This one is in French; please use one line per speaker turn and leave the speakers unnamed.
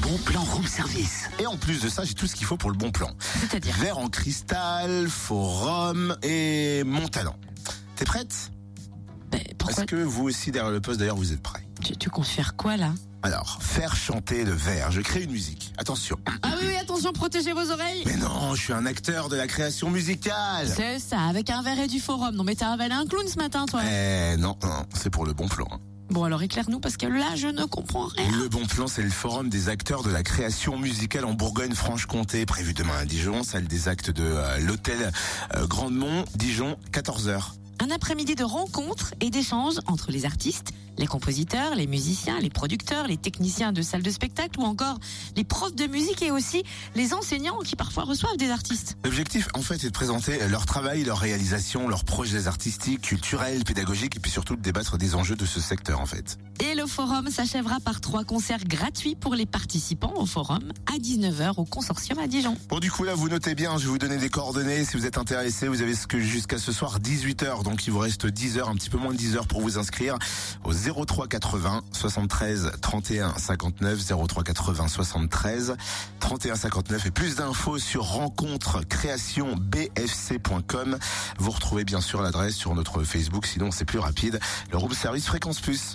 bon plan room service.
Et en plus de ça, j'ai tout ce qu'il faut pour le bon plan.
C'est-à-dire
Verre en cristal, forum et mon talent. T'es prête
Ben, Pourquoi
Est-ce que vous aussi derrière le poste d'ailleurs vous êtes prêts
tu, tu comptes faire quoi là
Alors, faire chanter le verre. Je crée une musique. Attention.
Ah oui, oui, attention, protégez vos oreilles
Mais non, je suis un acteur de la création musicale.
C'est ça, avec un verre et du forum. Non mais t'as avalé un clown ce matin toi
Eh non, non, c'est pour le bon plan. hein.
Bon alors éclaire-nous parce que là je ne comprends rien.
Le bon plan, c'est le forum des acteurs de la création musicale en Bourgogne-Franche-Comté, prévu demain à Dijon, salle des actes de euh, l'hôtel euh, Grandemont, Dijon, 14h.
Un après-midi de rencontres et d'échanges entre les artistes, les compositeurs, les musiciens, les producteurs, les techniciens de salles de spectacle ou encore les profs de musique et aussi les enseignants qui parfois reçoivent des artistes.
L'objectif, en fait, est de présenter leur travail, leur réalisation, leurs projets artistiques, culturels, pédagogiques, et puis surtout de débattre des enjeux de ce secteur, en fait.
Et le forum s'achèvera par trois concerts gratuits pour les participants au forum à 19h au consortium à Dijon.
Bon, du coup, là, vous notez bien, je vais vous donner des coordonnées. Si vous êtes intéressé, vous avez ce que jusqu'à ce soir, 18h. Donc, il vous reste 10 heures, un petit peu moins de 10 heures pour vous inscrire au 03 80 73 31 59, 03 80 73 31 59. Et plus d'infos sur rencontrecréationbfc.com. Vous retrouvez bien sûr l'adresse sur notre Facebook, sinon c'est plus rapide. Le room service fréquence plus.